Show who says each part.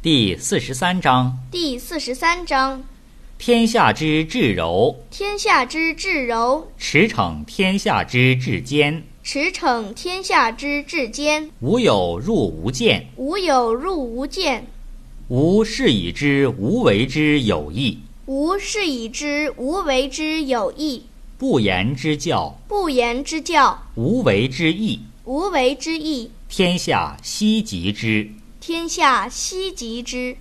Speaker 1: 第四十三章：
Speaker 2: 第四十三章：
Speaker 1: 天下之至柔，
Speaker 2: 天下之至柔，
Speaker 1: 驰骋天下之至坚。
Speaker 2: 驰骋天下之至坚。
Speaker 1: 无有入无间，
Speaker 2: 无有入无间，
Speaker 1: 吾是以知无为之有益。
Speaker 2: 吾是以知无为之有益。
Speaker 1: 不言之教，
Speaker 2: 不言之教，
Speaker 1: 无为之义。
Speaker 2: 无为之义，
Speaker 1: 天下希及之。
Speaker 2: 天下希及之。